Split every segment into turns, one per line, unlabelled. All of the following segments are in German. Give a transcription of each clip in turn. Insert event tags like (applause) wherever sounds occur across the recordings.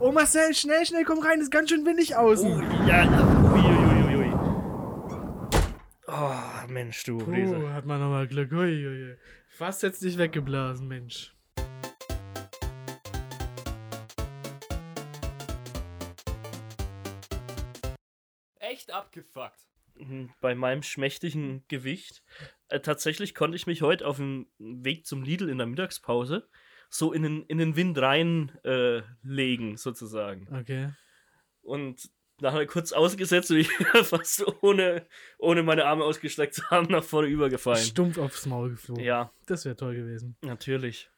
Oh Marcel, schnell, schnell, komm rein, ist ganz schön windig außen.
ja, uiuiuiui. Oh, Mensch, du
Puh, hat man nochmal Glück. Ui, ui, ui. Fast jetzt nicht weggeblasen, Mensch.
Echt abgefuckt.
Mhm, Bei meinem schmächtigen Gewicht. Äh, tatsächlich konnte ich mich heute auf dem Weg zum Lidl in der Mittagspause so in den, in den Wind reinlegen, äh, legen, sozusagen.
Okay.
Und nachher kurz ausgesetzt und ich (laughs) fast ohne, ohne meine Arme ausgestreckt (laughs) zu haben, nach vorne übergefallen.
Stumpf aufs Maul geflogen.
Ja,
Das wäre toll gewesen.
natürlich.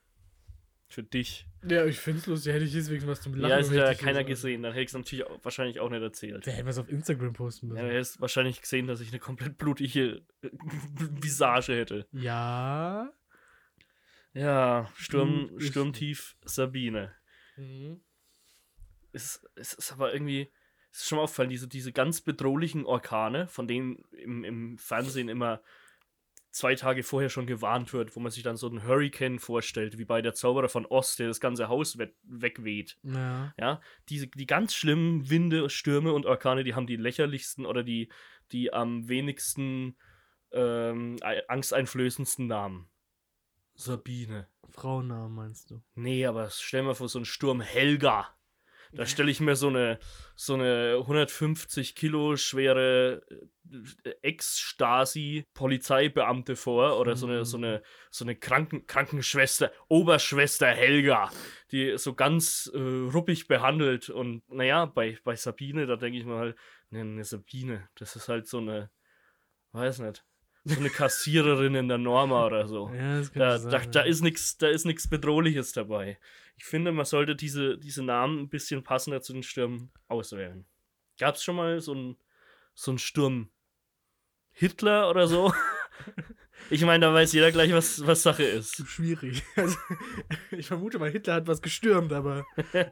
Für dich.
Ja, ich find's lustig. Hätte ich deswegen was zum Lachen.
ja, es hat ja
richtig
keiner
was-
gesehen. Dann hätte ich es natürlich auch, wahrscheinlich auch nicht erzählt.
Da hätten wir es auf Instagram posten
Ja,
müssen.
er hätte wahrscheinlich gesehen, dass ich eine komplett blutige äh, (laughs) Visage hätte.
Ja.
Ja, Sturm,
Blut ist-
Sturmtief Sabine.
Mhm.
Es, es ist aber irgendwie, es ist schon mal aufgefallen, diese, diese ganz bedrohlichen Orkane, von denen im, im Fernsehen immer zwei Tage vorher schon gewarnt wird, wo man sich dann so einen Hurricane vorstellt, wie bei der Zauberer von Ost, der das ganze Haus we wegweht.
Ja.
Ja, diese, die ganz schlimmen Winde, Stürme und Orkane, die haben die lächerlichsten oder die, die am wenigsten ähm, ei- angsteinflößendsten Namen. Sabine.
Frauennamen meinst du?
Nee, aber stell mir vor, so ein Sturm Helga. Da stelle ich mir so eine, so eine 150 Kilo schwere äh, Ex-Stasi-Polizeibeamte vor oder so eine, so eine, so eine Kranken Krankenschwester, Oberschwester Helga, die so ganz äh, ruppig behandelt. Und naja, bei, bei Sabine, da denke ich mir halt, ne, ne Sabine, das ist halt so eine, weiß nicht, so eine Kassiererin in der Norma oder so.
Ja, das könnte
Oh. Da,
sein,
da,
ja.
da ist nichts, da ist nichts Bedrohliches dabei. Ich finde, man sollte diese, diese Namen ein bisschen passender zu den Stürmen auswählen. Gab es schon mal so einen so einen Sturm Hitler
(laughs)
oder so? ich meine, da weiß jeder gleich, was, was Sache ist.
schwierig. (laughs) Also, ich vermute mal, Hitler hat was gestürmt,
(laughs)
aber. äh,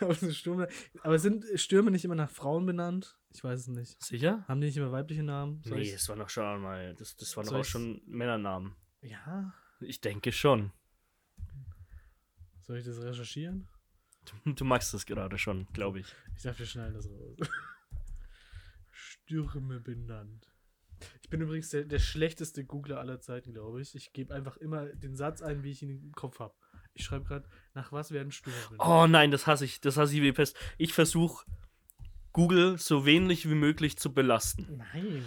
(laughs) auf den Sturm, aber sind Stürme nicht immer nach Frauen benannt? Ich weiß es nicht.
Sicher?
Haben die nicht immer weibliche Namen? Soll
Nee,
ich-
das war noch schon mal, das, das waren doch
Soll
auch
ich's-
schon Männernamen.
Ja.
Ich denke schon. (laughs)
Soll ich das recherchieren?
Du, du magst das gerade schon, glaube ich.
Ich dachte, wir schneiden das raus. (laughs) Stürme benannt. Ich bin übrigens der, der schlechteste Googler aller Zeiten, glaube ich. Ich gebe einfach immer den Satz ein, wie ich ihn im Kopf habe. Ich schreibe gerade, nach was werden Stürme benannt?
Oh nein, das hasse ich, das hasse ich wie Pest. Ich versuche, Google so wenig wie möglich zu belasten.
Nein.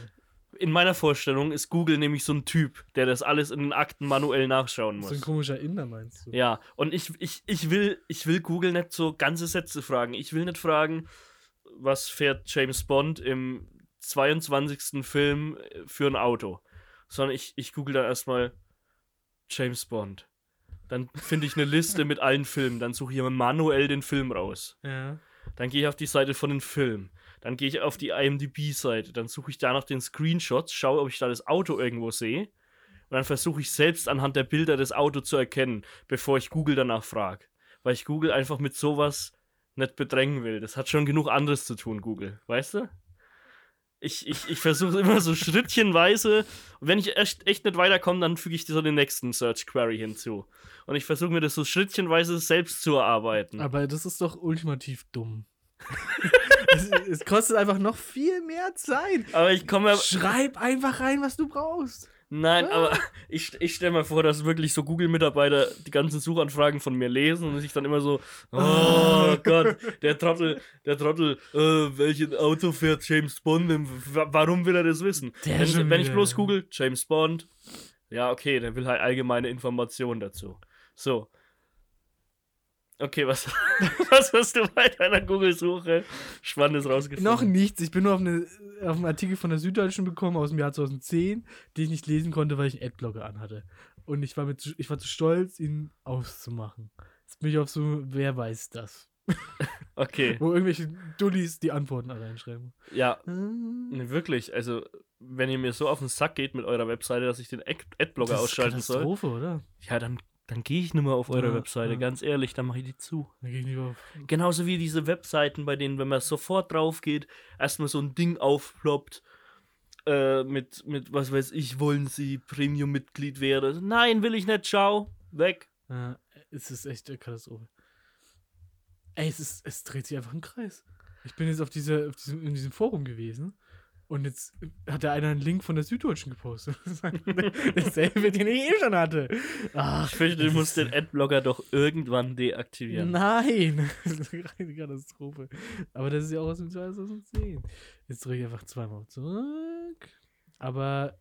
In meiner Vorstellung ist Google nämlich so ein Typ, der das alles in den Akten manuell nachschauen
So ein
muss.
komischer Inder meinst du?
Ja, und ich, ich, ich, will, ich will Google nicht so ganze Sätze fragen. Ich will nicht fragen, was fährt James Bond im 22. Film äh, für ein Auto, sondern ich, ich google dann erstmal James Bond. Dann finde ich eine Liste mit allen Filmen. Dann suche ich immer manuell den Film raus.
Ja.
Dann gehe ich auf die Seite von den Filmen. Dann gehe ich auf die IMDb-Seite. Dann suche ich da nach den Screenshots, schaue, ob ich da das Auto irgendwo sehe. Und dann versuche ich selbst anhand der Bilder das Auto zu erkennen, bevor ich Google danach frage. Weil ich Google einfach mit sowas nicht bedrängen will. Das hat schon genug anderes zu tun, Google. Weißt du? Ich, ich, ich versuche immer so schrittchenweise. Und wenn ich echt, echt nicht weiterkomme, dann füge ich so den nächsten Search Query hinzu. Und ich versuche mir das so schrittchenweise selbst zu erarbeiten.
Aber das ist doch ultimativ dumm. (laughs) es, es kostet einfach noch viel mehr Zeit.
Aber ich komme
Schreib einfach rein, was du brauchst. Ah.
Nein, aber (laughs) ich, ich stelle mir vor, dass wirklich so Google-Mitarbeiter die ganzen Suchanfragen von mir lesen und sich dann immer so,
Ah. (laughs)
oh Gott, der Trottel, der Trottel, äh, welches Auto fährt James Bond? im- wa- Warum will er das wissen?
Der
wenn,
schon
wenn ich
wieder.
bloß google, James Bond, ja, okay, der will halt allgemeine Informationen dazu. So. Okay, was, (laughs) was hast du bei deiner Google-Suche? Spannendes rausgefunden.
Noch nichts. Ich bin nur auf, eine, auf einen Artikel von der Süddeutschen gekommen aus dem Jahr 2010, den ich nicht lesen konnte, weil ich einen Adblocker anhatte. Und ich war, mit, zu- ich war zu stolz, ihn auszumachen. Jetzt bin ich auf so, wer weiß das?
Okay,
Wo irgendwelche Dullis die Antworten allein schreiben.
ja,
Hm,
Nee, wirklich, also wenn ihr mir so auf den Sack geht mit eurer Webseite, dass ich den Ad
Ah,
Adblocker
das ist
ausschalten soll,
Katastrophe, oder?
ja, dann, dann gehe ich nicht mehr auf eure
Ja,
Webseite,
ja.
ganz ehrlich, dann mache ich die zu.
Dann geh ich lieber auf.
Genauso wie diese Webseiten, bei denen, wenn man sofort drauf geht, erstmal so ein Ding aufploppt, äh, mit, mit, was weiß ich, wollen Sie Premium-Mitglied werden? Also, Nein, will ich nicht, ciao, weg.
Äh, es ist echt eine Katastrophe. Ey, es, ist, es dreht sich einfach im Kreis. Ich bin jetzt auf, dieser, auf diesem, in diesem Forum gewesen und jetzt hat da einer einen Link von der Süddeutschen gepostet. (laughs) Das ist einfach Derselbe, den ich eh schon hatte. Ach,
Ich fürchte, du
das
musst
ist-
den Adblocker doch irgendwann deaktivieren.
Nein! (laughs) Das ist eine reine Katastrophe. Aber das ist ja auch aus dem 2010. Jetzt drücke ich einfach zweimal zurück. Aber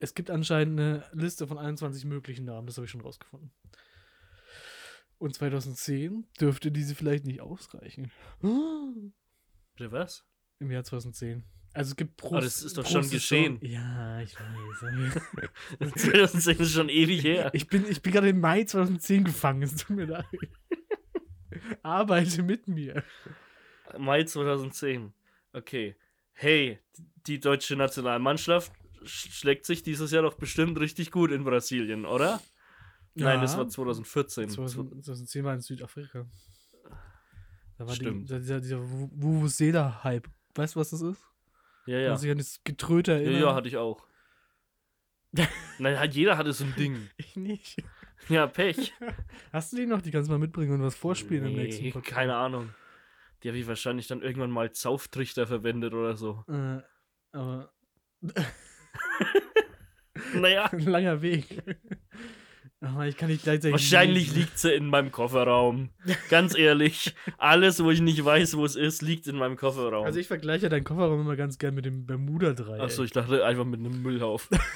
es gibt anscheinend eine Liste von 21 möglichen Namen, das habe ich schon rausgefunden. Und 2010 dürfte diese vielleicht nicht ausreichen. (gasps)
Bitte was? (laughs)
Im Jahr 2010. Also es gibt pro.
Aber Ah, das ist doch
pro
schon
Saison-
geschehen.
Ja, ich weiß. (laughs)
2010 ist schon ewig her.
Ich bin, ich bin gerade im Mai 2010 gefangen, es tut mir leid. (laughs) Arbeite mit mir.
Mai 2010. Okay. Hey, die deutsche Nationalmannschaft sch- schlägt sich dieses Jahr doch bestimmt richtig gut in Brasilien, oder? Nein, das
Ja.
war 2014.
2000 2010 war in Südafrika. Da war die,
Stimmt.
da, dieser, dieser Wu- Vuvuzela-Hype. Weißt du, was das ist?
Ja,
Ja.
ja.
Man sich an das Getröte
Ja,
erinnert.
ja, hatte
(laughs)
ich auch. Nein, hat- jeder hatte so ein Ding.
ich nicht. (laughs)
Ja, Pech.
Hast du die noch? Die kannst du mal mitbringen und was vorspielen im
Nee,
nächsten Podcast.
Keine Ahnung. Die habe ich wahrscheinlich dann irgendwann mal Zauftrichter verwendet oder so.
Äh, aber (laughs)
Naja,
ein langer Weg. (laughs) aber ich kann nicht gleichzeitig.
wahrscheinlich
lesen.
liegt sie in meinem Kofferraum. Ganz
(laughs)
ehrlich, alles, wo ich nicht weiß, wo es ist, liegt in meinem Kofferraum.
Also ich vergleiche deinen Kofferraum immer ganz gern mit dem Bermuda-Dreieck.
Achso, ich dachte einfach mit einem Müllhaufen.
(laughs)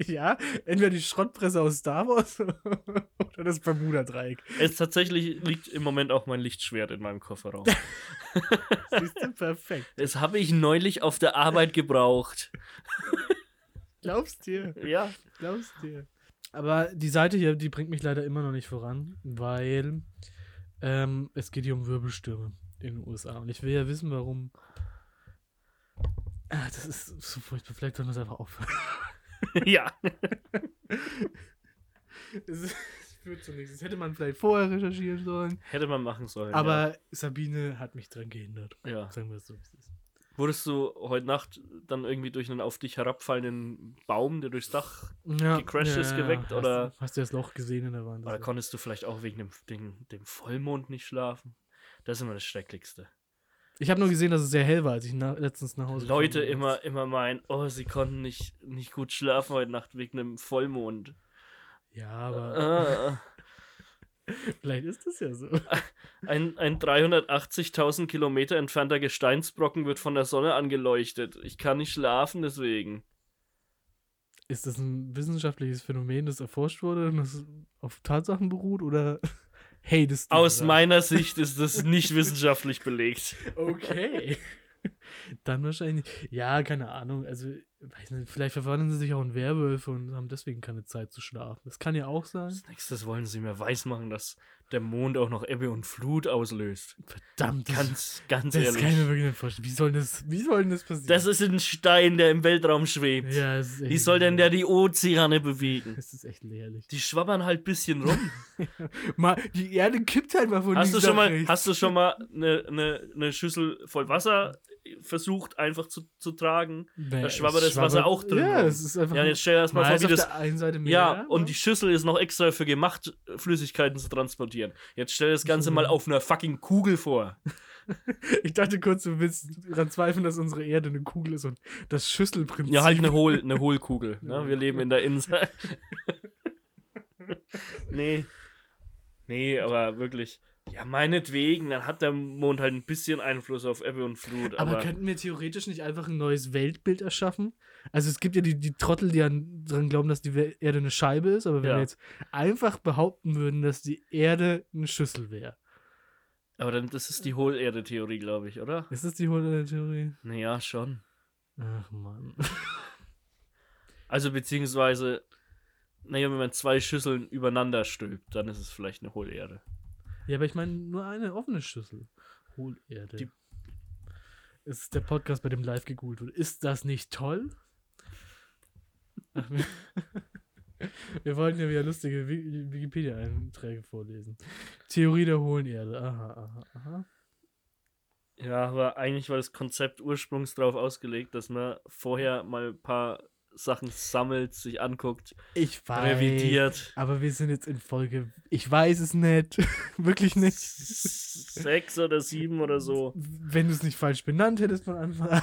Ja, entweder die Schrottpresse aus Star Wars (laughs) oder das Bermuda-Dreieck.
(laughs) es tatsächlich liegt im Moment auch mein Lichtschwert in meinem (laughs) Kofferraum.
Siehst (laughs) du, perfekt.
Das habe ich neulich auf der Arbeit gebraucht.
Glaubst dir.
(laughs) Ja.
Glaubst dir. Aber die Seite hier, die bringt mich leider immer noch nicht voran, weil ähm, es geht hier um Wirbelstürme in den USA. Und ich will ja wissen, warum. Ah, das ist so furchtbar. Vielleicht soll man es einfach (laughs) aufhören.
(laughs) ja.
Es führt zu nichts. Das hätte man vielleicht vorher recherchieren sollen.
Hätte man machen sollen.
Aber Sabine hat mich dran gehindert.
Ja. ja.
Sagen wir es so, wie es ist.
Wurdest du heute Nacht dann irgendwie durch einen auf dich herabfallenden Baum, der durchs Dach.
Ja,
Gecrashed ist geweckt,
hast,
oder-
Hast du das Loch gesehen in der Wand?
Oder konntest du vielleicht auch wegen dem, dem, dem Vollmond nicht schlafen? Das ist immer das Schrecklichste.
Ich habe nur gesehen, dass es sehr hell war, als ich na letztens nach Hause
Leute
gekommen bin.
immer, immer meinen, oh, sie konnten nicht, nicht gut schlafen heute Nacht wegen einem Vollmond.
Ja, aber
Ah. Äh.
vielleicht ist das ja so.
Ein, ein 380.000 Kilometer entfernter Gesteinsbrocken wird von der Sonne angeleuchtet. Ich kann nicht schlafen deswegen.
Ist das ein wissenschaftliches Phänomen, das erforscht wurde und das auf Tatsachen beruht oder (laughs) hey, das
Aus meiner Sicht
(laughs)
ist das nicht wissenschaftlich belegt.
Okay. (laughs) Dann wahrscheinlich. Ja, keine Ahnung. Also, weiß nicht, vielleicht verwandeln sie sich auch in Werwölfe und haben deswegen keine Zeit zu schlafen. Das kann ja auch sein.
Als nächstes wollen sie mir weismachen, dass der Mond auch noch Ebbe und Flut auslöst.
Verdammt, das,
Ganz, ganz
das kann ich mir
ehrlich.
wirklich nicht vorstellen. Wie soll das, wie soll denn das passieren?
Das ist ein Stein, der im Weltraum schwebt.
ja, das ist echt
Wie soll denn der
(laughs) lächerlich.
die Ozeane bewegen?
Das ist echt lächerlich.
Die schwabbern halt ein bisschen
(laughs)
rum.
Mal, die Erde kippt halt mal von
Hast du
links
schon
nach
mal,
rechts.
hast du schon mal eine, eine, eine Schüssel voll Wasser versucht, einfach zu, zu tragen?
Nee,
da schwabbert
es
das Wasser auch drin
Ja,
rum.
es ist einfach.
Ja, jetzt stell dir erstmal
mal
vor,
ist
wie
auf
das.
der ne? einen Seite mehr.
Ja, und die Schüssel ist noch extra dafür gemacht, Flüssigkeiten zu transportieren. Jetzt stell dir das Ganze mal auf einer fucking Kugel vor.
(laughs) ich dachte kurz, du willst daran zweifeln, dass unsere Erde eine Kugel ist und das Schüsselprinzip.
Ja, halt eine, Hohl, eine Hohlkugel. Ne?
Ja.
Wir leben in der Insel. (laughs) nee. Nee, aber wirklich. Ja, meinetwegen, dann hat der Mond halt ein bisschen Einfluss auf Ebbe und Flut.
aber,
Aber,
könnten wir theoretisch nicht einfach ein neues Weltbild erschaffen? Also es gibt ja die, die Trottel, die an, dran glauben, dass die Wel- Erde eine Scheibe ist, aber wenn
Ja.
wir jetzt einfach behaupten würden, dass die Erde eine Schüssel wäre.
aber dann, das ist die Hohlerde-Theorie, glaube ich, oder?
Ist das die hunderte Theorie?
Naja, schon.
Ach man.
Also beziehungsweise, naja, wenn man zwei Schüsseln übereinander stülpt, dann ist es vielleicht eine Hohlerde.
Ja, aber ich meine nur eine offene Schüssel. Hohlerde.
Die-
es ist der Podcast, bei dem live gegoogelt wird. Ist das nicht toll? Ach, (laughs) wir- Wir wollten ja wieder lustige Wi- Wikipedia-Einträge vorlesen. Theorie der hohlen Erde. Aha, aha, aha.
Ja, aber eigentlich war das Konzept ursprünglich darauf ausgelegt, dass man vorher mal ein paar Sachen sammelt, sich anguckt,
Ich weiß.
revidiert.
Aber wir sind jetzt in Folge. Ich weiß es nicht. (laughs) Wirklich nicht.
Sechs oder sieben oder so.
Wenn du es nicht falsch benannt hättest von Anfang an,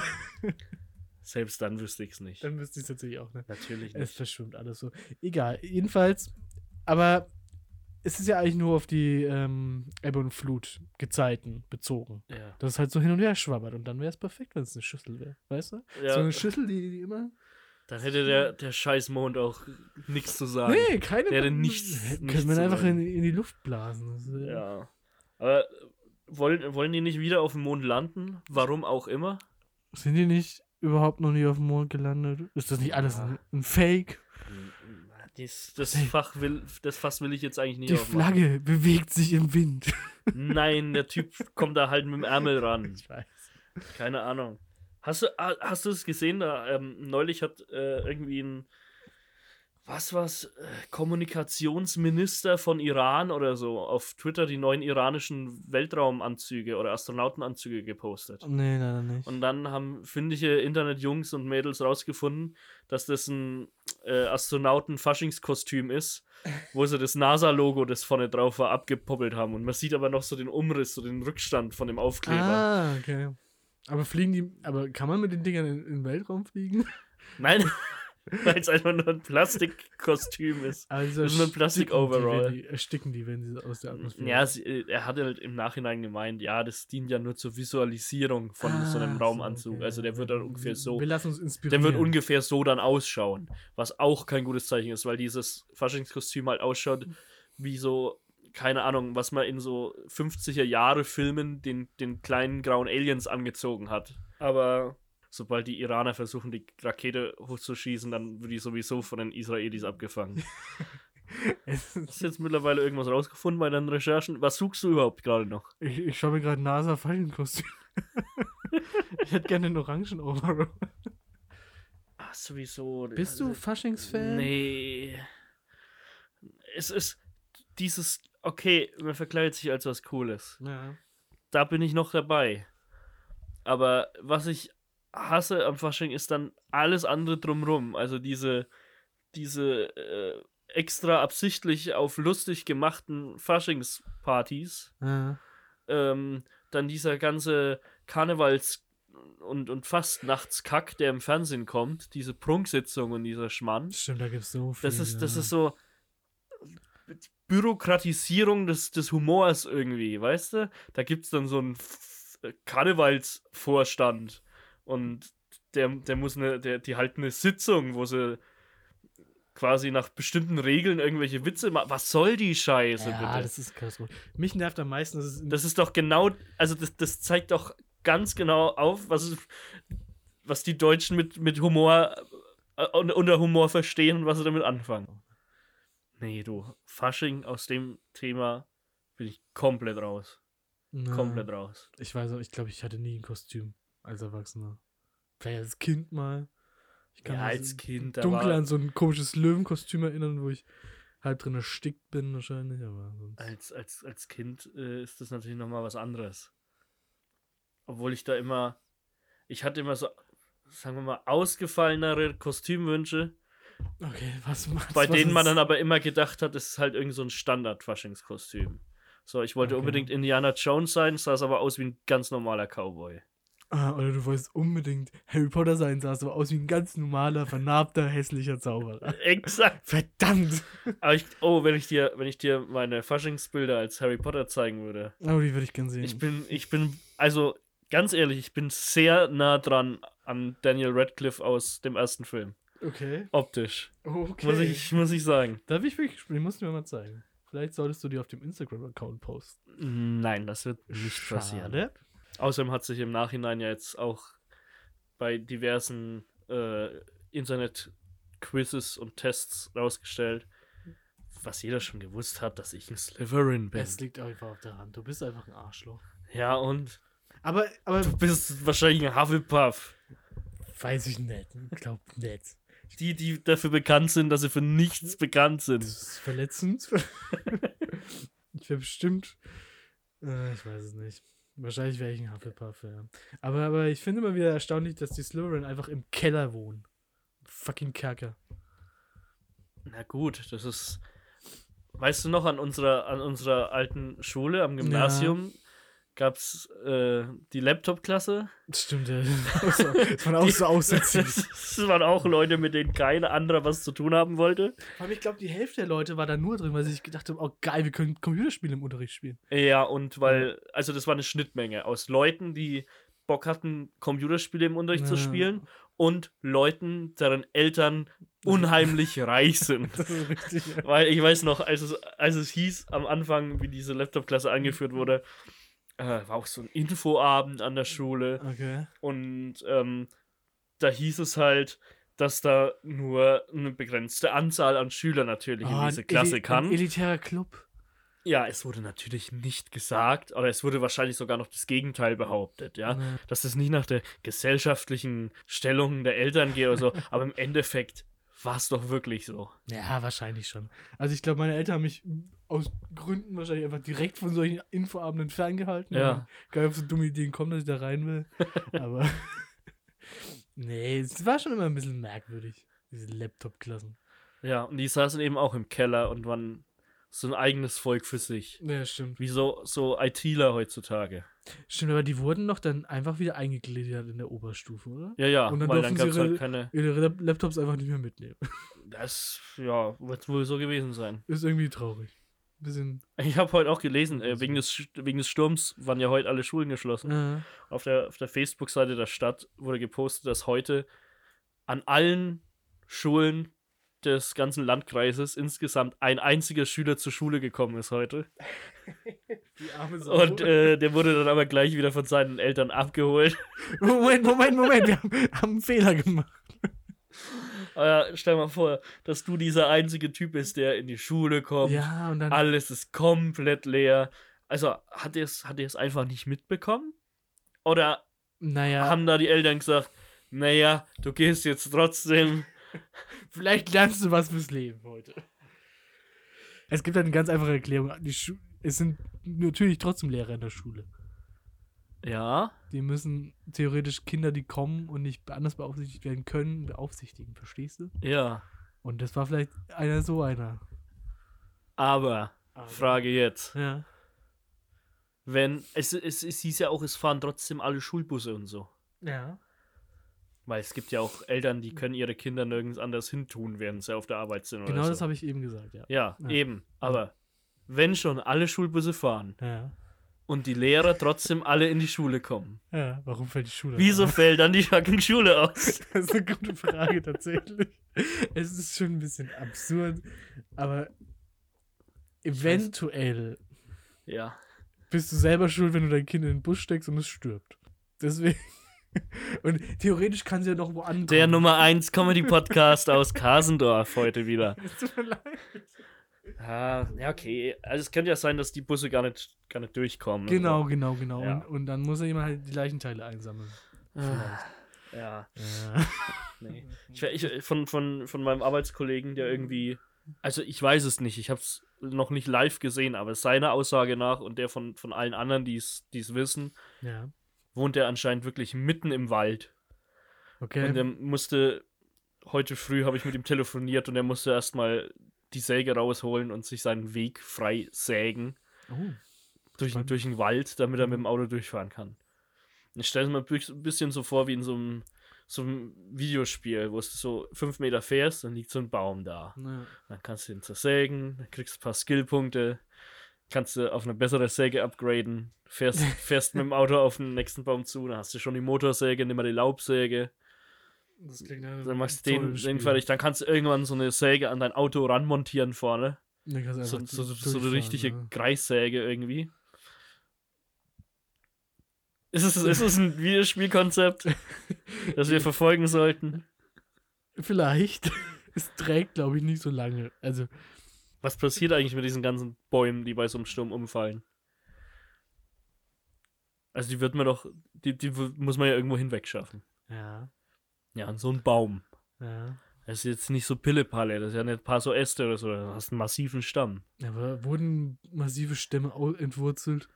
Selbst dann wüsste ich es nicht.
dann wüsste ich es natürlich auch nicht.
Natürlich
Es
nicht.
verschwimmt alles so. Egal. Jedenfalls, aber es ist ja eigentlich nur auf die ähm, Ebbe und Flut Gezeiten bezogen.
Ja.
Dass es halt so hin und her schwabbert und dann wäre es perfekt, wenn es eine Schüssel wäre. Weißt du? So
Ja,
eine Schüssel, die, die immer.
dann hätte der, der scheiß Mond auch nichts zu sagen.
Nee, keine
der hätte nichts-
Können
nichts
wir
zu
einfach in,
sagen.
in die Luft blasen. Das ist, ja.
Ja. Aber wollen, wollen die nicht wieder auf dem Mond landen? Warum auch immer?
Sind die nicht überhaupt noch nie auf dem Mond gelandet? Ist das nicht alles
Ja.
ein, ein Fake?
Das, das, Fach will, das Fass will ich jetzt eigentlich nicht
die
aufmachen.
Flagge bewegt sich im Wind.
Nein, der Typ kommt da halt mit dem Ärmel ran.
Ich weiß.
Keine Ahnung. Hast du, ah, hast du es gesehen? Da, ähm, neulich hat äh, irgendwie ein, was war's, äh, Kommunikationsminister von Iran oder so auf Twitter die neuen iranischen Weltraumanzüge oder Astronautenanzüge gepostet.
Nee, leider nicht.
Und dann haben findige Internetjungs und Mädels rausgefunden, dass das ein äh,
(laughs)
Astronauten-Faschingskostüm ist, wo sie das NASA-Logo, das vorne drauf war, abgepoppelt haben. Und man sieht aber noch so den Umriss, so den Rückstand von dem Aufkleber.
Ah, okay. Aber fliegen die, aber kann man mit den Dingern in, in den Weltraum fliegen?
Nein, weil es einfach nur ein Plastikkostüm ist.
Also
(laughs) Das ist nur ein
ersticken
Plastik-Overall.
Die, wenn die, ersticken die, wenn sie aus der Atmosphäre.
Ja, sie, äh, er hat halt im Nachhinein gemeint, ja, das dient ja nur zur Visualisierung von so einem
Ah,
Raumanzug.
okay.
Also der wird dann ungefähr so
Wir lassen uns inspirieren.
Der wird ungefähr so dann ausschauen, was auch kein gutes Zeichen ist, weil dieses Faschingskostüm halt ausschaut wie so, keine Ahnung, was man in so 50er Jahre Filmen den, den kleinen grauen Aliens angezogen hat. Aber sobald die Iraner versuchen, die Rakete hochzuschießen, dann wird die sowieso von den Israelis (laughs) abgefangen.
(laughs) Es ist-
Hast du jetzt mittlerweile irgendwas rausgefunden bei deinen Recherchen? Was suchst du überhaupt gerade noch?
Ich, ich schaue mir gerade nasa faschenkostüm (laughs) Ich hätte gerne einen orangen Overall.
Ach, sowieso. also
Bist du Faschings-Fan?
Nee. Es ist dieses, okay, man verkleidet sich als was Cooles.
Ja.
Da bin ich noch dabei. Aber was ich hasse am Fasching ist dann alles andere drumrum. Also diese, diese äh, extra absichtlich auf lustig gemachten Faschingspartys.
ja.
Ähm, dann dieser ganze Karnevals- und, und Fastnachtskack, der im Fernsehen kommt. Diese Prunksitzung und dieser Schmarrn.
Stimmt, da gibt es so viel.
Das ist, das
ja.
ist so Bürokratisierung des, des Humors irgendwie, weißt du? Da gibt es dann so einen F- Karnevalsvorstand und der, der muss eine, der, die halten eine Sitzung, wo sie quasi nach bestimmten Regeln irgendwelche Witze machen. Was soll die Scheiße,
ja,
bitte? Das,
das ist Katastrophe. Mich nervt am meisten, dass es in
ist doch genau, also das, das zeigt doch ganz genau auf, was, was die Deutschen mit, mit Humor, äh, un- unter Humor verstehen und was sie damit anfangen. Nee, du, Fasching aus dem Thema bin ich komplett raus.
Na,
Komplett raus.
Ich weiß auch, ich glaube, ich hatte nie ein Kostüm als Erwachsener. Vielleicht als Kind mal. Ich
Ja,
mich
als Kind, da
dunkel
war-
an so ein komisches Löwenkostüm erinnern, wo ich halb drin erstickt bin wahrscheinlich, aber sonst.
Als, als, als Kind äh, ist das natürlich nochmal was anderes. Obwohl ich da immer, ich hatte immer so, sagen wir mal, ausgefallenere Kostümwünsche,
Okay, was macht's?
bei
was
denen man
ist-
dann aber immer gedacht hat, es ist halt irgend so ein Standard-Faschingskostüm. So, ich wollte
Okay.
unbedingt Indiana Jones sein, sah es aber aus wie ein ganz normaler Cowboy.
Ah, oder du wolltest unbedingt Harry Potter sein, sahst aber aus wie ein ganz normaler, vernarbter, hässlicher Zauberer.
Exakt.
Verdammt!
Aber ich, oh, wenn ich dir, wenn ich dir meine Faschingsbilder als Harry Potter zeigen würde.
Aber Oh, die würde ich gern sehen.
Ich (laughs) bin, ich bin, also ganz ehrlich, ich bin sehr nah dran an Daniel Radcliffe aus dem ersten Film.
okay.
Optisch.
Okay.
Muss ich, muss ich sagen.
da bin ich wirklich gespannt. Die musst du mir mal zeigen. Vielleicht solltest du die auf dem Instagram-Account posten.
Nein, das wird nicht passieren.
Schade.
Außerdem hat sich im Nachhinein ja jetzt auch bei diversen äh, Internet-Quizzes und Tests rausgestellt, was jeder schon gewusst hat, dass ich ein Slytherin bin.
Es liegt einfach auf der Hand. Du bist einfach ein Arschloch.
Ja, und
Aber, aber
du bist wahrscheinlich ein Hufflepuff.
weiß ich nicht. Hm, Glaub nicht.
die, die dafür bekannt sind, dass sie für nichts bekannt sind.
Das ist (laughs) verletzend. ich wäre bestimmt. Äh, ich weiß es nicht. Wahrscheinlich wäre ich ein Hufflepuff, ja. Aber, aber ich finde immer wieder erstaunlich, dass die Slytherin einfach im Keller wohnen. fucking Kerker.
Na gut, das ist. Weißt du noch, an unserer, an unserer alten Schule, am Gymnasium, gab es äh, die Laptop-Klasse.
Das stimmt, (laughs) ja. Das waren auch so (laughs) aussätzig.
(laughs) Das waren auch Leute, mit denen kein anderer was zu tun haben wollte.
Aber ich glaube, die Hälfte der Leute war da nur drin, weil sie sich gedacht haben, oh geil, wir können Computerspiele im Unterricht spielen.
Ja, und weil, also das war eine Schnittmenge aus Leuten, die Bock hatten, Computerspiele im Unterricht zu
Ja.
spielen und Leuten, deren Eltern unheimlich reich sind.
Das ist richtig.
Weil ich weiß noch, als es, als es hieß am Anfang, wie diese Laptop-Klasse eingeführt wurde, äh, war auch so ein Infoabend an der Schule
Okay.
und ähm, da hieß es halt, dass da nur eine begrenzte Anzahl an Schülern natürlich in diese Klasse kann.
Ah, Ein elitärer Club.
Ja, es wurde natürlich nicht gesagt, Mhm. oder es wurde wahrscheinlich sogar noch das Gegenteil behauptet, ja.
Ja.
Dass es nicht nach der gesellschaftlichen Stellung der Eltern geht oder (laughs) so, aber im Endeffekt war es doch wirklich so.
Ja, wahrscheinlich schon. Also ich glaube, meine Eltern haben mich aus Gründen wahrscheinlich einfach direkt von solchen Infoabenden ferngehalten.
Ja.
Geil, auf so dumme Ideen kommen, dass ich da rein
(laughs)
will. Aber (laughs) nee, es war schon immer ein bisschen merkwürdig, diese Laptop-Klassen.
Ja, und die saßen eben auch im Keller und waren so ein eigenes Volk für sich.
Ja, stimmt.
Wie so, so ITler heutzutage.
Stimmt, aber die wurden noch dann einfach wieder eingegliedert in der Oberstufe, oder?
Ja, ja,
Und dann
weil dann
durften
gab es
sie
halt
ihre-
keine.
Ihre Lap- Laptops einfach nicht mehr mitnehmen.
Das, ja, wird wohl so gewesen sein.
Ist irgendwie traurig. Bisschen.
Ich habe heute auch gelesen, äh, wegen, des, Sch- wegen des Sturms waren ja heute alle Schulen geschlossen.
Äh,
Auf der, auf der Facebook-Seite der Stadt wurde gepostet, dass heute an allen Schulen des ganzen Landkreises insgesamt ein einziger Schüler zur Schule gekommen ist heute.
die arme Sau.
Und äh, der wurde dann aber gleich wieder von seinen Eltern abgeholt.
(laughs) Moment, Moment, Moment, wir haben, haben einen Fehler gemacht.
Aber stell mal vor, dass du dieser einzige Typ bist, der in die Schule kommt.
Ja,
(laughs)
und dann.
Alles ist komplett leer. Also hat er es hat er's einfach nicht mitbekommen? Oder
naja,
haben da die Eltern gesagt, naja, du gehst jetzt trotzdem.
vielleicht lernst du was fürs Leben heute. Es gibt halt eine ganz einfache Erklärung. Die Schu es sind natürlich trotzdem Lehrer in der Schule.
Ja,
Die müssen theoretisch Kinder, die kommen und nicht anders beaufsichtigt werden können, beaufsichtigen, verstehst du?
ja.
Und das war vielleicht einer so einer.
Aber, Frage jetzt,
Ah, Ja.
wenn, es, es, es hieß ja auch, es fahren trotzdem alle Schulbusse und so.
Ja.
Weil es gibt ja auch Eltern, die können ihre Kinder nirgends anders hin tun, während sie auf der Arbeit sind
Genau
oder
das
so.
habe ich eben gesagt, ja.
ja,
Ja.
eben. Aber wenn schon alle Schulbusse fahren
Ja.
und die Lehrer trotzdem alle in die Schule kommen,
Ja, warum fällt die Schule
wieso
aus?
fällt dann die fucking Schule aus?
Das ist eine gute Frage tatsächlich. Es ist schon ein bisschen absurd, aber eventuell
Ja.
bist du selber schuld, wenn du dein Kind in den Bus steckst und es stirbt. Deswegen. (laughs) Und theoretisch kann sie ja noch woanders.
Der Nummer 1 Comedy Podcast aus Kasendorf heute wieder.
(laughs) Es tut mir leid.
Ah, ja, okay. Also es könnte ja sein, dass die Busse gar nicht, gar nicht durchkommen.
Genau, genau, genau.
Ja.
Und, und dann muss ja jemand halt die Leichenteile einsammeln.
Ah, ja.
Ja.
Nee. Ich, wär- ich, von, von, von meinem Arbeitskollegen, der irgendwie. Also, ich weiß es nicht. Ich habe es noch nicht live gesehen, aber seiner Aussage nach und der von, von allen anderen, die es wissen,
ja.
wohnt er anscheinend wirklich mitten im Wald.
Okay.
Und er musste. Heute früh habe ich mit ihm telefoniert und er musste erstmal die Säge rausholen und sich seinen Weg frei sägen.
oh.
durch,
Spannend. Mhm.
durch den Wald, damit er mit dem Auto durchfahren kann. Ich stelle es mir büch- ein bisschen so vor wie in so einem, so einem Videospiel, wo du so fünf Meter fährst, dann liegt so ein Baum da.
Ja.
Dann kannst du ihn zersägen, dann kriegst du ein paar Skillpunkte, kannst du auf eine bessere Säge upgraden,
(laughs)
fährst, fährst mit dem Auto auf den nächsten Baum zu, dann hast du schon die Motorsäge, nimm mal die Laubsäge,
Das klingt ja
dann machst du den, den fertig, dann kannst du irgendwann so eine Säge an dein Auto ranmontieren vorne. So, so, so eine richtige
ne?
Kreissäge irgendwie. Ist es, ist es ein Videospielkonzept, (laughs) das wir verfolgen sollten?
Vielleicht. (laughs) Es trägt, glaube ich, nicht so lange. Also,
Was passiert eigentlich mit diesen ganzen Bäumen, die bei so einem Sturm umfallen? Also die wird man doch, die, die w- muss man ja irgendwo hinwegschaffen.
ja,
Ja, an so einen Baum.
ja.
Das ist jetzt nicht so Pillepalle, das ist ja nicht ein paar so Äste oder so, du hast einen massiven Stamm.
Aber wurden massive Stämme au- entwurzelt?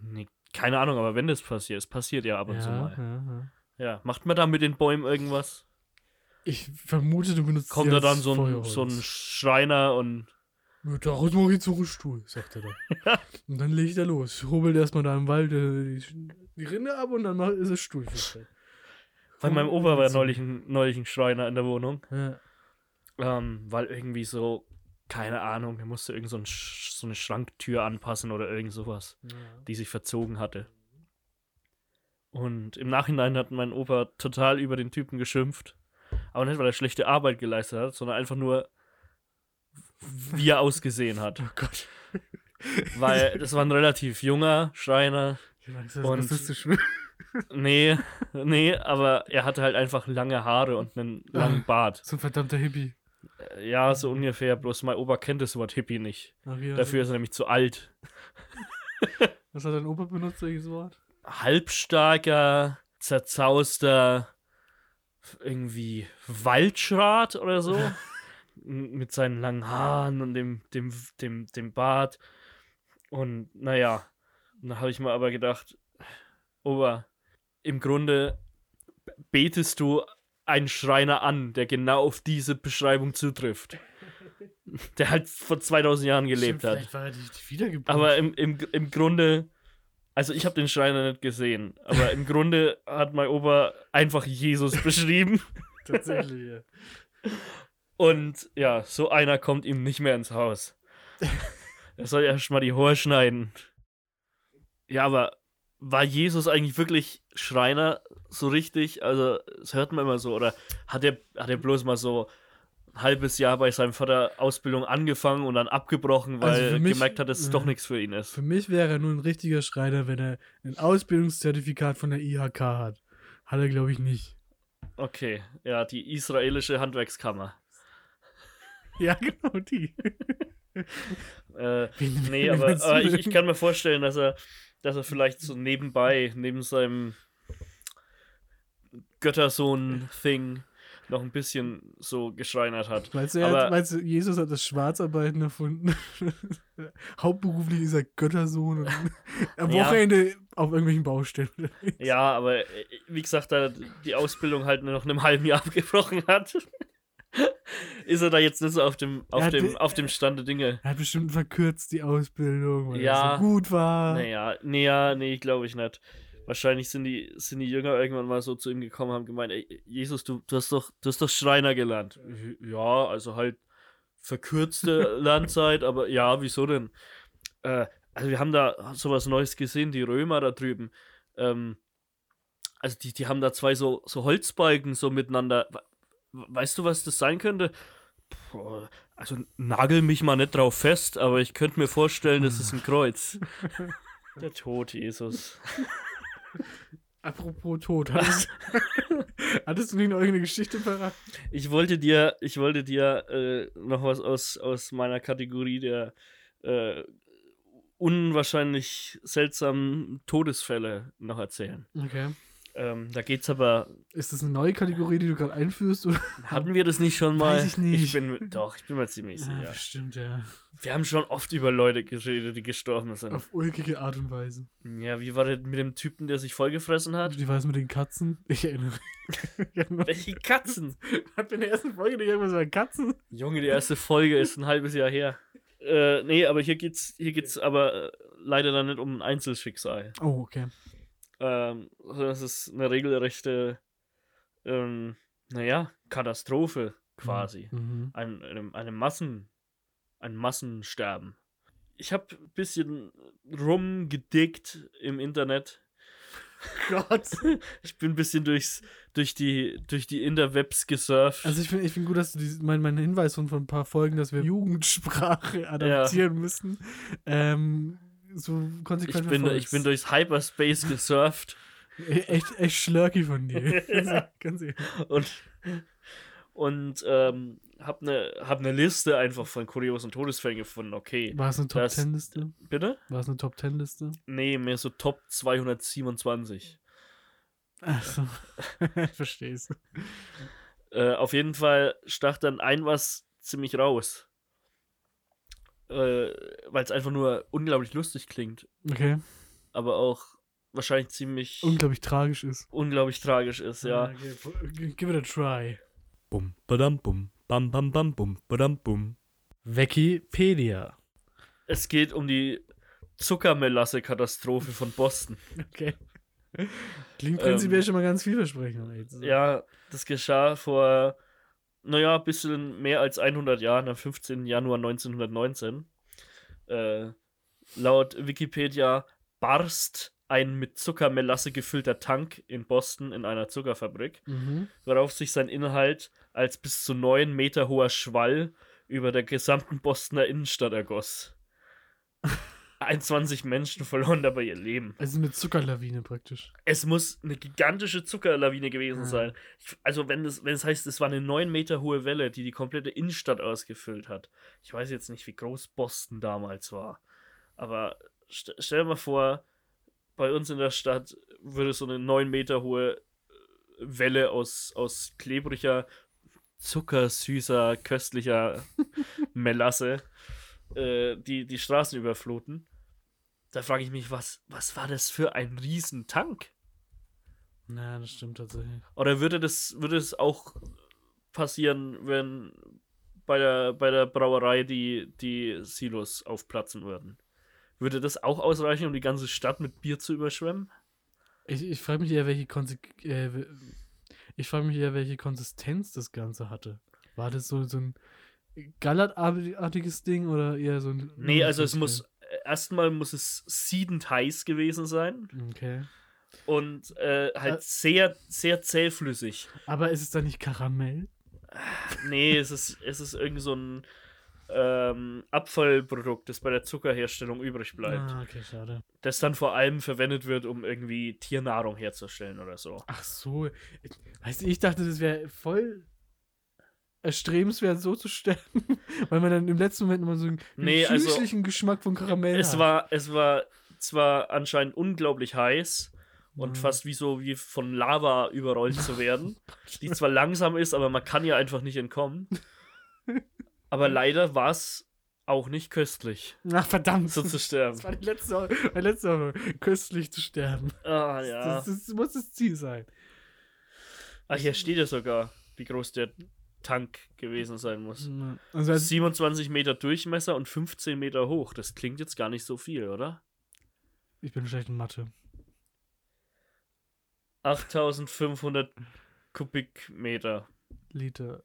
Nee, keine Ahnung, aber wenn das passiert, es passiert ja ab und
ja,
zu mal.
ja, ja.
Ja, macht man da mit den Bäumen irgendwas?
Ich vermute, du benutzt
Kommt
sie
da
als
dann so ein,
Feuerholz.
so ein Schreiner und
Ja, Daraus mache ich jetzt so einen Stuhl, sagt er dann. (laughs) und dann legt er los. Hobelt erstmal da im Wald äh, die, die Rinde ab und dann macht, ist es Stuhl. für ihn.
bei meinem Opa war
Holz.
neulich ein, neulich ein Schreiner in der Wohnung,
Ja.
ähm, weil irgendwie so, keine Ahnung, er musste irgend so, ein, Sch- so eine Schranktür anpassen oder irgend sowas,
Ja.
die sich verzogen hatte. Und im Nachhinein hat mein Opa total über den Typen geschimpft. Aber nicht, weil er schlechte Arbeit geleistet hat, sondern einfach nur, wie er ausgesehen hat.
Oh Gott.
Weil das war ein relativ junger Schreiner,
Ich hab Angst, dass
Und-
das rassistisch wird.
Nee, nee, aber er hatte halt einfach lange Haare und einen langen Bart.
(laughs) So ein verdammter Hippie.
Äh, Ja, so ungefähr, bloß mein Opa kennt das Wort Hippie nicht.
Ach, ja.
Dafür ist er nämlich zu alt.
Was hat dein Opa benutzt, welches Wort?
Halbstarker, zerzauster, irgendwie Waldschrat oder so. M- Mit seinen langen Haaren und dem, dem, dem, dem Bart. Und naja, und da habe ich mir aber gedacht, Opa, im Grunde betest du einen Schreiner an, der genau auf diese Beschreibung zutrifft. Der halt vor 2000 Jahren gelebt
Stimmt,
hat.
Vielleicht war er nicht die Wiedergeburt.
Aber im, im, im Grunde, also ich habe den Schreiner nicht gesehen, aber im Grunde hat mein Opa einfach Jesus
(laughs)
beschrieben.
(laughs) tatsächlich. ja.
Und ja, so einer kommt ihm nicht mehr ins Haus. Er soll erst mal die Haare schneiden. Ja, aber war Jesus eigentlich wirklich Schreiner so richtig? Also, das hört man immer so. Oder hat er, hat er bloß mal so ein halbes Jahr bei seinem Vater Ausbildung angefangen und dann abgebrochen, weil
Also für
er
mich-
gemerkt hat, dass es
ja.
doch nichts für ihn ist?
Für mich wäre er nur ein richtiger Schreiner, wenn er ein Ausbildungszertifikat von der IHK hat. Hat er, glaube ich, nicht.
Okay, ja, die israelische Handwerkskammer.
Ja, (laughs) genau, die. (laughs)
Äh,
Wen-
nee,
wen
aber,
willst du
aber ich,
denn?
ich kann mir vorstellen, dass er, dass er vielleicht so nebenbei, neben seinem Göttersohn-Thing, noch ein bisschen so
(laughs)
geschreinert hat.
Meinst du, er
Aber-
hat, meinst du, Jesus hat das Schwarzarbeiten erfunden? (laughs) Hauptberuflich ist er Göttersohn
(laughs)
und am
Ja.
Wochenende auf irgendwelchen Baustellen.
Ja, aber äh, wie gesagt, da die Ausbildung halt nur noch in einem halben Jahr (laughs) abgebrochen hat, ist er da jetzt nicht so auf dem, auf
Ja,
dem,
die-
auf dem Stand der Dinge.
Er hat bestimmt verkürzt die Ausbildung, weil
Ja.
er so gut war.
Naja, nee, ja, nee, glaube ich nicht. Wahrscheinlich sind die, sind die Jünger irgendwann mal so zu ihm gekommen und haben gemeint, ey, Jesus, du, du, hast doch, du hast doch Schreiner gelernt. Ja, also halt verkürzte Landzeit, aber ja, wieso denn? Äh, also wir haben da sowas Neues gesehen, die Römer da drüben. Ähm, also die, die haben da zwei so, so Holzbalken so miteinander. We- Weißt du, was das sein könnte? Puh, also nagel mich mal nicht drauf fest, aber ich könnte mir vorstellen, das ist ein Kreuz. Der Tod, Jesus.
Apropos Tod,
(laughs)
hattest, (laughs) hattest du nicht noch irgendeine Geschichte parat?
Ich wollte dir, ich wollte dir äh, noch was aus, aus meiner Kategorie der äh, unwahrscheinlich seltsamen Todesfälle noch erzählen.
Okay.
Ähm, da geht's aber.
Ist das eine neue Kategorie, die du gerade einführst? Oder?
Hatten wir das nicht schon mal?
Weiß ich nicht.
bin, doch, ich bin mir ziemlich sicher.
bestimmt, ja.
Wir haben schon oft über Leute geredet, die gestorben sind.
Auf ulkige Art und Weise.
Ja, wie war das mit dem Typen, der sich vollgefressen
(laughs)
hat?
Wie war es mit den Katzen? Ich erinnere
(laughs)
mich. Ich hab noch-
Welche Katzen?
hat in der ersten Folge nicht irgendwas über Katzen?
Junge, die erste Folge ist ein halbes Jahr her. Hm. Äh, nee, aber hier geht's, hier geht's aber äh, leider dann nicht um ein Einzelschicksal.
Oh, okay.
Ähm, sondern es ist eine regelrechte, ähm, naja, Katastrophe quasi.
Mhm.
Ein, einem, einem Massen, ein Massensterben. Ich habe ein bisschen rumgedickt im Internet.
Gott.
Ich bin ein bisschen durchs, durch die, durch die Interwebs gesurft.
Also ich finde ich find gut, dass du dies- mein, meinen Hinweis von vor ein paar Folgen, dass wir Jugendsprache (laughs) adaptieren müssen, ähm, so
ich
konsequent
bin, ich bin durchs Hyperspace gesurft.
durch echt, echt schlurky von
(laughs)
dir. Ganz ehrlich.
und und ähm, hab eine hab ne Liste einfach von kuriosen Todesfällen gefunden. Okay,
War es eine Top
Das-
Ten Liste?
bitte?
War es eine Top Ten Liste?
Nee, mir so Top 227.
(laughs) Achso. Verstehst.
Äh, auf jeden Fall stach dann ein was ziemlich raus. Äh, Weil es einfach nur unglaublich lustig klingt,
Okay.
aber auch wahrscheinlich ziemlich
Unglaublich tragisch ist.
unglaublich tragisch ist, ja.
Okay, give it a try.
Bum, badam, bum, bam, bam, bam, bum, badam, bum.
Wikipedia.
Es geht um die Zuckermelasse-Katastrophe von Boston.
Okay. Klingt prinzipiell schon mal ganz vielversprechend. um ehrlich zu sein.
Ähm, Ja, das geschah vor, naja, ein bisschen mehr als 100 Jahren, am 15. Januar 1919. Äh, laut Wikipedia barst ein mit Zuckermelasse gefüllter Tank in Boston in einer Zuckerfabrik.
Mhm.
worauf sich sein Inhalt als bis zu neun Meter hoher Schwall über der gesamten Bostoner Innenstadt ergoss. (laughs) 21 Menschen verloren dabei ihr Leben.
Also eine Zuckerlawine praktisch.
Es muss eine gigantische Zuckerlawine gewesen
Ah.
sein. Ich, also wenn es wenn es heißt, es war eine neun Meter hohe Welle, die die komplette Innenstadt ausgefüllt hat. Ich weiß jetzt nicht, wie groß Boston damals war. Aber st stell dir mal vor, bei uns in der Stadt würde so eine 9 Meter hohe äh, Welle aus, aus klebriger, zuckersüßer, köstlicher Melasse äh, die, die Straßen überfluten. Da frage ich mich, was, was war das für ein Riesentank?
Na, das stimmt tatsächlich.
Oder würde das, würde es auch passieren, wenn bei der, bei der Brauerei die, die Silos aufplatzen würden? Würde das auch ausreichen, um die ganze Stadt mit Bier zu überschwemmen?
Ich, ich frage mich eher, welche Konse äh, w- ich frage mich eher, welche Konsistenz das Ganze hatte. War das so, so ein gallertartiges Ding oder eher so ein.
Nee, also es muss erstmal muss es siedend heiß gewesen sein
Okay.
und äh,
Ä-
halt sehr, sehr zähflüssig.
Aber ist es dann nicht Karamell?
Nee, es ist, es ist irgend so ein ähm, Abfallprodukt, das bei der Zuckerherstellung übrig bleibt.
Ah, okay, schade.
Das dann vor allem verwendet wird, um irgendwie Tiernahrung herzustellen oder so.
Ach so. Ich- Weißt du, ich dachte, das wäre voll erstrebenswert, so zu sterben, (laughs) weil man dann im letzten Moment immer so einen
Nee, also-
süßlichen Geschmack von Karamell
Es
hat.
war, es war zwar anscheinend unglaublich heiß und
Mhm.
fast wie so wie von Lava überrollt zu werden, die zwar langsam ist, aber man kann ja einfach nicht entkommen. Aber leider war es auch nicht köstlich,
Ach, verdammt.
so
(laughs)
zu
das
sterben.
war die letzte, mein letzter Hoffnung, köstlich zu sterben.
Ah ja.
Das, das, das muss das Ziel sein.
Ach, hier steht ja sogar, wie groß der Tank gewesen sein muss.
Also als,
27 Meter Durchmesser und 15 Meter hoch. Das klingt jetzt gar nicht so viel, oder?
ich bin schlecht in Mathe.
8500 Kubikmeter.
Liter.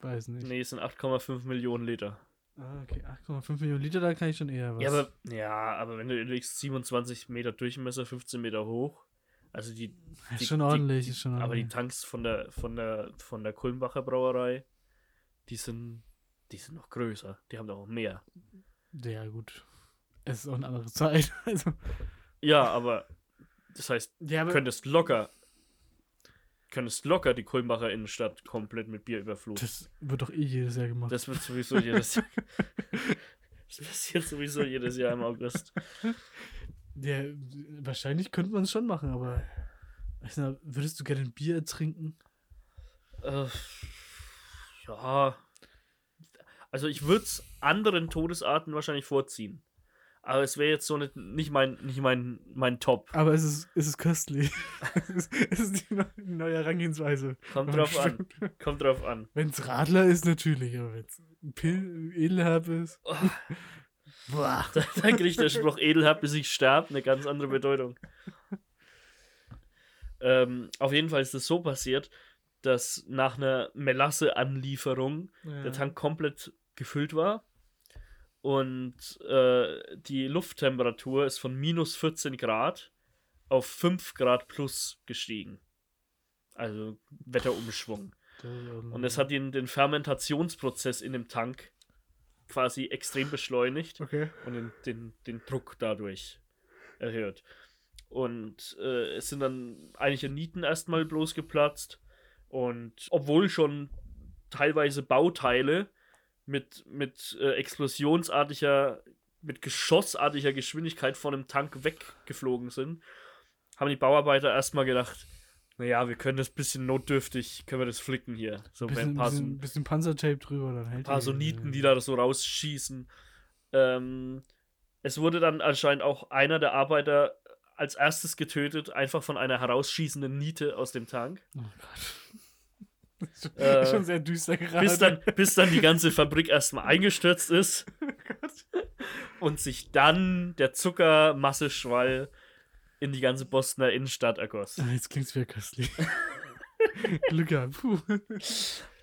Weiß nicht.
Nee, es sind 8,5 Millionen Liter.
Ah, okay. 8,5 Millionen Liter, da kann ich schon eher was.
Ja aber, ja, aber wenn du überlegst, 27 Meter Durchmesser, 15 Meter hoch, also die,
ist
die-
schon
die-
ordentlich,
die-
ist schon
aber die
ordentlich.
Tanks von der, von der, von der Kulmbacher Brauerei, die sind, die sind noch größer, die haben doch auch mehr.
ja, gut. Es ist auch eine andere Zeit. (laughs) Also,
Ja, aber das heißt,
ja,
du könntest locker, könntest locker die Kulmbacher Innenstadt komplett mit Bier überfluten.
das wird doch eh jedes Jahr gemacht.
Das wird sowieso
(laughs)
jedes Jahr. (laughs) Das passiert sowieso jedes Jahr im August.
Ja, wahrscheinlich könnte man es schon machen, aber weiß nicht, würdest du gerne ein Bier trinken?
Äh, ja. Also ich würde es anderen Todesarten wahrscheinlich vorziehen. Aber es wäre jetzt so nicht, nicht, mein, nicht mein, mein Top.
Aber es ist, es ist köstlich. (laughs) es, ist, es ist die neu- neue Herangehensweise.
Kommt drauf
(laughs)
an. Kommt drauf an. (laughs)
Wenn es Radler ist, natürlich, aber wenn es Pil- Edelherb ist.
Oh.
(laughs) Boah.
Da, da kriegt der Spruch Edelhab, bis ich sterbe, eine ganz andere Bedeutung. Ähm, auf jeden Fall ist es so passiert, dass nach einer Melasse-Anlieferung der Tank komplett gefüllt war. Und äh, die Lufttemperatur ist von minus 14 Grad auf 5 Grad plus gestiegen. Also Wetterumschwung.
ähm,
Und
Mhm.
das hat den, den Fermentationsprozess in dem Tank quasi extrem beschleunigt
Okay.
und den, den, den Druck dadurch erhöht. Und äh, es sind dann einige Nieten erstmal bloß geplatzt. Und obwohl schon teilweise Bauteile mit, mit äh, explosionsartiger, mit geschossartiger Geschwindigkeit von einem Tank weggeflogen sind, haben die Bauarbeiter erstmal gedacht, naja, wir können das bisschen notdürftig, können wir das flicken hier. So mit
Bisschen,
ein paar,
bisschen, bisschen Panzertape drüber, dann hält äh,
ein paar so Nieten, die da so rausschießen. Ähm, es wurde dann anscheinend auch einer der Arbeiter als erstes getötet, einfach von einer herausschießenden Niete aus dem Tank.
Oh Gott. (laughs)
Äh,
Schon sehr düster gerade.
bis, dann, bis dann die ganze Fabrik erstmal eingestürzt ist und sich dann der Zuckermasseschwall in die ganze Bostoner Innenstadt ergoss.
Ah, jetzt klingt's wieder köstlich. (laughs) Glück gehabt. Puh.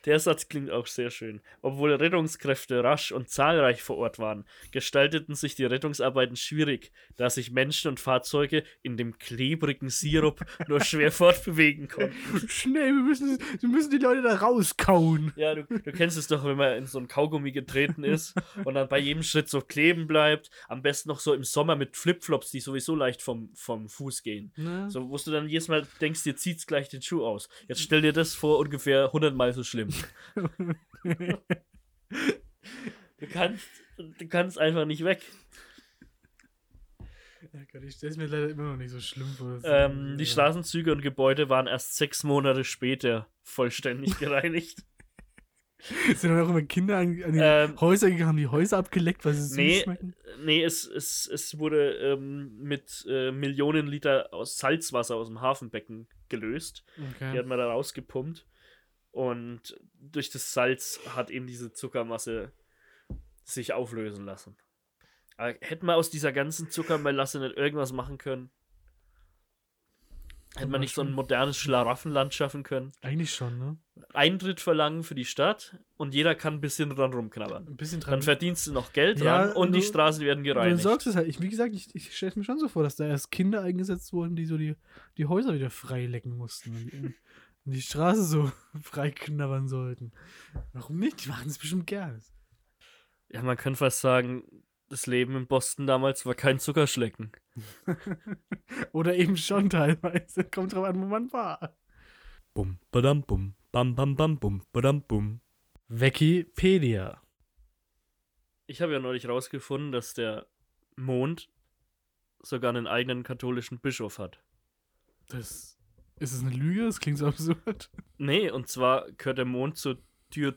Der Satz klingt auch sehr schön. Obwohl Rettungskräfte rasch und zahlreich vor Ort waren, gestalteten sich die Rettungsarbeiten schwierig, da sich Menschen und Fahrzeuge in dem klebrigen Sirup nur schwer fortbewegen konnten.
Schnell, wir müssen, wir müssen die Leute da rauskauen.
Ja, du, du kennst es doch, wenn man in so ein Kaugummi getreten ist und dann bei jedem Schritt so kleben bleibt. Am besten noch so im Sommer mit Flipflops, die sowieso leicht vom, vom Fuß gehen.
Ne?
So, wo du dann jedes Mal denkst, dir zieht's gleich den Schuh aus. Jetzt stell dir das vor, ungefähr 100 Mal so schlimm. du kannst, du kannst einfach nicht weg.
Ja, Gott, ich stell's mir leider immer noch nicht so schlimm vor.
Ähm, die Straßenzüge und Gebäude waren erst sechs Monate später vollständig gereinigt.
Es (laughs) sind dann auch immer Kinder an, an die
Ähm,
Häuser gegangen, haben die Häuser abgeleckt, weil sie süß
Nee.
schmecken.
nee, es, es, es wurde ähm, mit äh, Millionen Liter aus Salzwasser aus dem Hafenbecken gelöst. Die hat man da rausgepumpt. Und durch das Salz hat eben diese Zuckermasse sich auflösen lassen. Aber hätten wir aus dieser ganzen Zuckermelasse nicht irgendwas machen können? Hätte man nicht so ein modernes Schlaraffenland schaffen können?
Eigentlich schon, ne?
Eintritt verlangen für die Stadt und jeder kann ein bisschen dran rumknabbern.
Ein bisschen dran.
Dann verdienst du noch Geld
Ja,
dran und
du-
die Straßen werden
du
gereinigt.
sorgst es halt. Ich, wie gesagt, ich, ich stelle mir schon so vor, dass da erst Kinder eingesetzt wurden, die so die, die Häuser wieder freilecken mussten und, die- und die Straße so (laughs) freiknabbern sollten. Warum nicht? Die machen es bestimmt gern.
Ja, man kann fast sagen, das Leben in Boston damals war kein Zuckerschlecken.
Oder eben schon teilweise. Kommt drauf an, wo man war.
Bum, badam, bum, bam, bam, bam, bum, badam, bum.
Wikipedia.
Ich habe ja neulich rausgefunden, dass der Mond sogar einen eigenen katholischen Bischof hat.
Das ist es eine Lüge? Das klingt so absurd. (laughs)
Nee, und zwar gehört der Mond zur Dio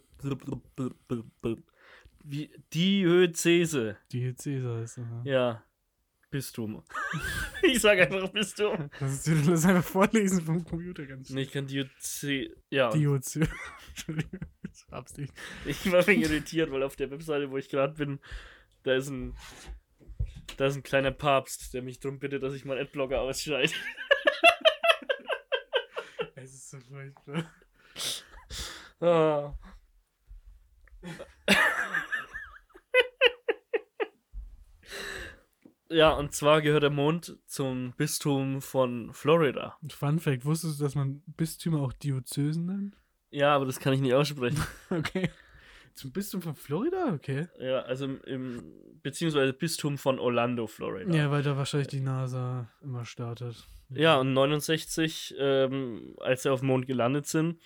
wie Diözese.
Die Cäsar ist. ne? aha.
Ja, Bistum. (laughs) ich sage einfach Bistum.
Das ist das einfach vorlesen vom Computer ganz
Nee, ich kann Diözese. Ja,
Diözese. (laughs) Entschuldigung, ich hab's nicht.
ich war wegen irritiert, weil auf der Webseite, wo ich gerade bin, da ist ein. Da ist ein kleiner Papst, der mich darum bittet, dass ich meinen Adblocker ausschneide.
Es ist so furchtbar.
Ah. ja, und zwar gehört der Mond zum Bistum von Florida.
Und Fun Fact: Wusstest du, dass man Bistümer auch Diözesen nennt?
Ja, aber das kann ich nicht aussprechen.
Okay. Zum Bistum von Florida? Okay.
ja, also im, im beziehungsweise Bistum von Orlando, Florida.
Ja, weil da wahrscheinlich die NASA immer startet.
Ja, und 69, ähm, als sie auf dem Mond gelandet sind,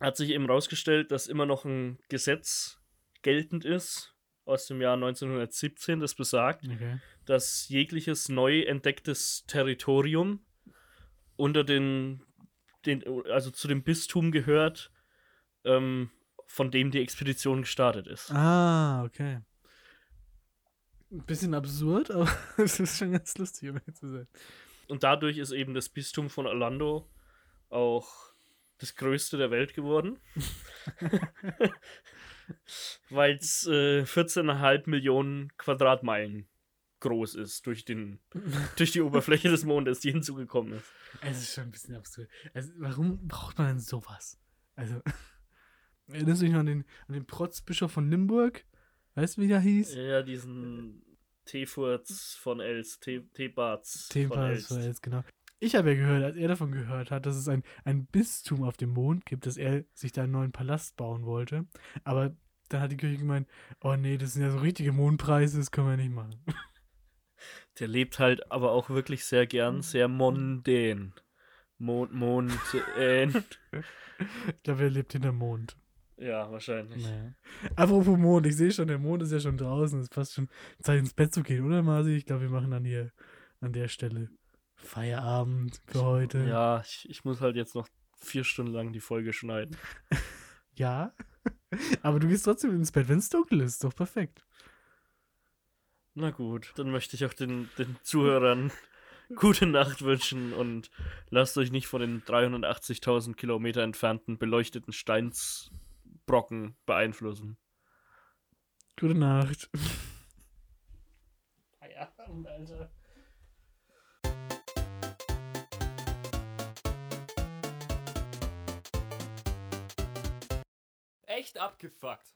hat sich eben rausgestellt, dass immer noch ein Gesetz geltend ist aus dem Jahr 1917, das besagt,
Okay.
dass jegliches neu entdecktes Territorium unter den, den also zu dem Bistum gehört, ähm, von dem die Expedition gestartet ist.
Ah, okay. Ein bisschen absurd, aber (laughs) es ist schon ganz lustig, um ehrlich zu sein.
Und dadurch ist eben das Bistum von Orlando auch das größte der Welt geworden. (laughs) Weil es äh, 14,5 Millionen Quadratmeilen groß ist durch, den, durch die Oberfläche des Mondes, die hinzugekommen ist.
Es ist schon ein bisschen absurd. Also, warum braucht man denn sowas? Also, (laughs) erinnerst du dich noch an den, an den Protzbischof von Limburg? Weißt du, wie der hieß?
Ja, diesen Teefurz von Elst, Te- Teebarz von
Themenpartys
Elst.
war jetzt, genau. Ich habe ja gehört, als er davon gehört hat, dass es ein, ein Bistum auf dem Mond gibt, dass er sich da einen neuen Palast bauen wollte. Aber dann hat die Kirche gemeint, oh nee, das sind ja so richtige Mondpreise, das können wir nicht machen. (laughs)
Der lebt halt aber auch wirklich sehr gern, sehr mondän. Mond, Mond, äh,
Ich glaube, er lebt hinter Mond.
ja, wahrscheinlich.
Naja. Apropos Mond, ich sehe schon, der Mond ist ja schon draußen. Es ist fast schon Zeit ins Bett zu gehen, oder Marci? Ich glaube, wir machen dann hier an der Stelle Feierabend für heute.
Ja, ich, ich muss halt jetzt noch vier Stunden lang die Folge schneiden.
ja. (laughs) Aber du gehst trotzdem ins Bett, wenn es dunkel ist. Doch perfekt.
Na gut, dann möchte ich auch den, den Zuhörern gute Nacht wünschen und lasst euch nicht von den 380.000 Kilometer entfernten beleuchteten Steinsbrocken beeinflussen.
Gute Nacht.
Feierabend, Alter.
Echt abgefuckt.